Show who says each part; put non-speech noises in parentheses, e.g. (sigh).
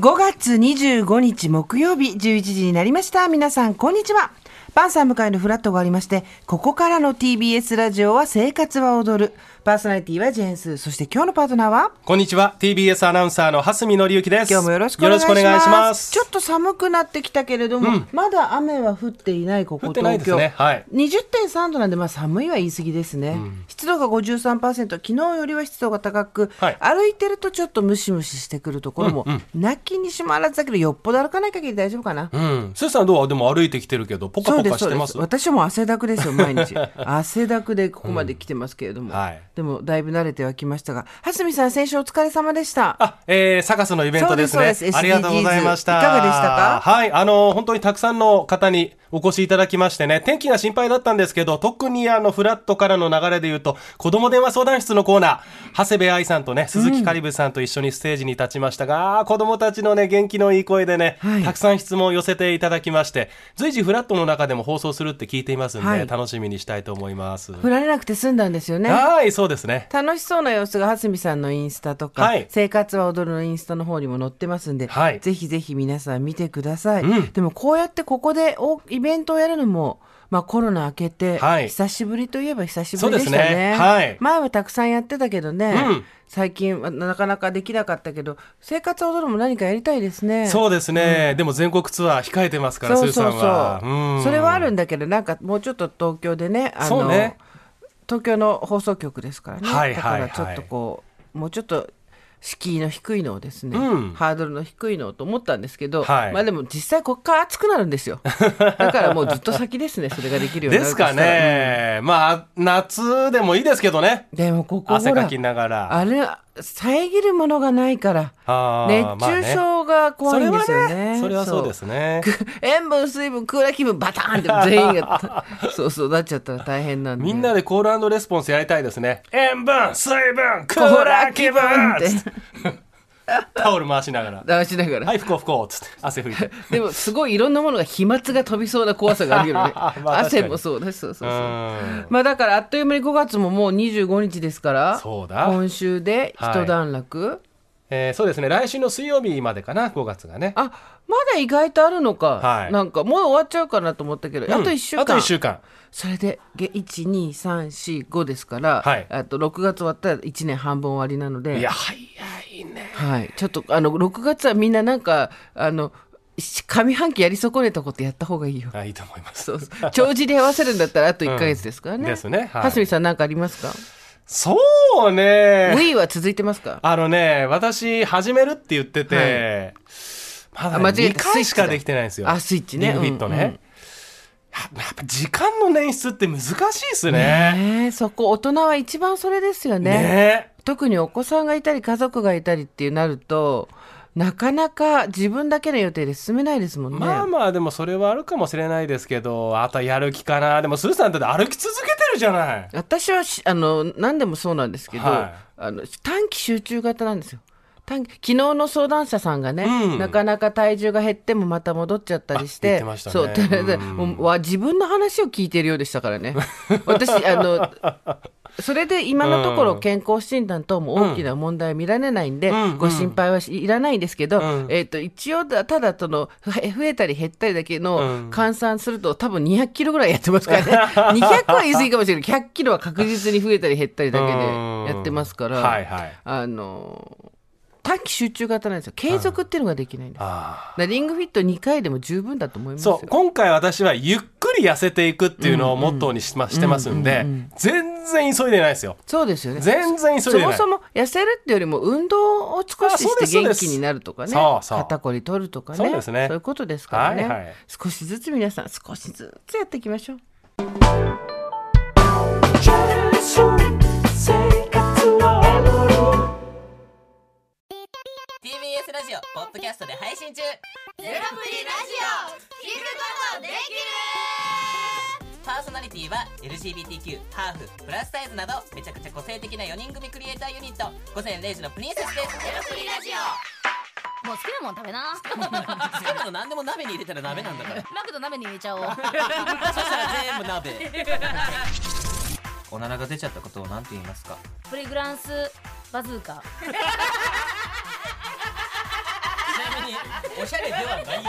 Speaker 1: 月25日木曜日11時になりました。皆さん、こんにちは。パンサー向かいのフラットがありまして、ここからの TBS ラジオは生活は踊る。パーソナリティはジェーンス。そして今日のパートナーは
Speaker 2: こんにちは。TBS アナウンサーの蓮見紀之です。
Speaker 1: 今日もよろしくお願いします。ちょっと寒くなってきたけれども、うん、まだ雨は降っていない、ここ
Speaker 2: 東京。降ってないですね。はい。
Speaker 1: 20.3度なんで、まあ寒いは言い過ぎですね。うん、湿度が53%、昨日よりは湿度が高く、はい、歩いてるとちょっとムシムシしてくるところも、うんうん、泣きにしもあらずだけど、よっぽど歩かない限り大丈夫かな。
Speaker 2: うん。スーさんどうでも歩いてきてるけど、ポカポカしてます
Speaker 1: 私も汗だくですよ、 (laughs) 毎日。汗だくでここまで来てますけれども。はい。でもだいぶ慣れてはきましたが、蓮見さん、先週お疲れ様でした。
Speaker 2: あ、えー、サカスのイベントですね。すすありがとうございました。
Speaker 1: いかがでしたか
Speaker 2: はい、あの、本当にたくさんの方にお越しいただきましてね、天気が心配だったんですけど、特にあの、フラットからの流れで言うと、子供電話相談室のコーナー、長谷部愛さんとね、鈴木カリブさんと一緒にステージに立ちましたが、うん、子供たちのね、元気のいい声でね、はい、たくさん質問を寄せていただきまして、随時フラットの中でも放送するって聞いていますんで、はい、楽しみにしたいと思います。
Speaker 1: 振られなくて済んだんですよね。
Speaker 2: はい、そうですね。
Speaker 1: 楽しそうな様子が、蓮見さんのインスタとか、はい、生活は踊るのインスタの方にも載ってますんで、はい、ぜひぜひ皆さん見てください。うん、でもこうやってここでおイベントをやるのも、まあ、コロナ明けて、久しぶりといえば久しぶりでしたね。ねはい、前はたくさんやってたけどね、うん、最近はなかなかできなかったけど、生活踊るも何かやりたいですね。、
Speaker 2: そうですね、うん、でも全国ツアー控えてますから、そうそうそう
Speaker 1: うん、それはあるんだけど、なんかもうちょっと東京でね、あの、ね、東京の放送局ですからね、だからちょっとこう、もうちょっと。敷居の低いのをですね、うん、ハードルの低いのと思ったんですけど、はい、まあでも実際ここから暑くなるんですよ。だからもうずっと先ですね、それができるように
Speaker 2: なるですかね。うん、まあ、夏でもいいですけどね。
Speaker 1: でもここ
Speaker 2: 汗かきながら。
Speaker 1: あれ、遮るものがないから、熱中症が怖いんですよね。
Speaker 2: ねそれはそうですね。
Speaker 1: 塩分、水分、クーラー気分、バターンって全員
Speaker 2: (laughs)
Speaker 1: が、そうそうなっちゃったら大変なんで。
Speaker 2: みんなでコールレスポンスやりたいですね。塩分、水分、クーラー気分って。 (laughs) タオル回しなが
Speaker 1: (laughs)
Speaker 2: ら。
Speaker 1: 回しながら。
Speaker 2: はい、不幸不幸つって、汗拭
Speaker 1: (laughs)
Speaker 2: いて。
Speaker 1: でも、すごいいろんなものが、飛沫が飛びそうな怖さがある
Speaker 2: (laughs)
Speaker 1: よね。まあ、汗もそうだし、そうそうそう。うまあ、だから、あっという間に5月ももう25日ですから、
Speaker 2: そうだ。
Speaker 1: 今週で一段落。はい、
Speaker 2: えー、そうですね、来週の水曜日までかな、5月がね。
Speaker 1: あまだ意外とあるのか、はい、なんか、もう終わっちゃうかなと思ったけど、うん、あと1週間。あ
Speaker 2: と1週間。
Speaker 1: それで、1、2、3、4、5ですから、はい、あと6月終わったら1年半分終わりなので。
Speaker 2: いや、早いね。
Speaker 1: はい。ちょっと、あの、6月はみんななんか、あの、上半期やり損ねたことやったほうがいいよ。
Speaker 2: あ、いいと思います。
Speaker 1: そうそう。帳尻で合わせるんだったら、あと1か月ですからね。うん、
Speaker 2: ですね。
Speaker 1: はす、い、みさん、何かありますか
Speaker 2: (laughs) そうね。
Speaker 1: ウィーは続いてますか
Speaker 2: あのね、私、始めるって言ってて、はい、まだ、ね、2回しかできてないんですよ。
Speaker 1: あ、スイッチね。
Speaker 2: フィットね。うんうんやっぱ時間の捻出って難しいですね。
Speaker 1: そこ、大人は一番それですよね。ね特にお子さんがいたり、家族がいたりってなると、なかなか自分だけの予定で進めないですもんね。
Speaker 2: まあまあ、でもそれはあるかもしれないですけど、あとはやる気かな。でも、スーさんだって歩き続けてるじゃない。
Speaker 1: 私はあの、何でもそうなんですけど、はい、あの短期集中型なんですよ。昨日の相談者さんがね、うん、なかなか体重が減ってもまた戻っちゃったりして、
Speaker 2: てね、
Speaker 1: そう、 (laughs) うん、自分の話を聞いてるようでしたから (laughs) ね。私、あの、それで今のところ健康診断等も大きな問題は見られないんで、うん、ご心配はいらないんですけど、うん、えっ、と、一応ただその、増えたり減ったりだけの換算すると、多分200キロぐらいやってますからね。200は言 (laughs) い過ぎかもしれない。100キロは確実に増えたり減ったりだけでやってますから、
Speaker 2: はいはい、
Speaker 1: あの、短期集中型なんですよ継続っていうのができないんです、うん、リングフィット2回でも十分だと思います
Speaker 2: 今回私はゆっくり痩せていくっていうのをモットーにし,、ましてますんで、全然急いでないですよ
Speaker 1: そうですよね
Speaker 2: 全然急いで
Speaker 1: ないそもそも痩せるっていうよりも運動を少しして元気になるとかね肩こり取るとかねそうそういうことですからね、はいはい、少しずつ皆さん少しずつやっていきましょう
Speaker 3: ラジオポッドキャストで配信中ゼ
Speaker 4: ロプリラジオ聞くことできる
Speaker 3: パーソナリティは LGBTQ ハーフプラスサイズなどめちゃくちゃ個性的な4人組クリエイターユニット午前0時のプリンセスです
Speaker 4: ゼロプリラジオもう好きなもん食べな
Speaker 3: 好きなの何でも鍋に入れたら鍋なんだから
Speaker 4: (laughs) マクド鍋に入れちゃおうそ
Speaker 3: したら全部鍋おならが出ちゃったことを何て言いますか
Speaker 4: プリグランスバズーカ
Speaker 3: ちにおしゃれではないよ背中ラジ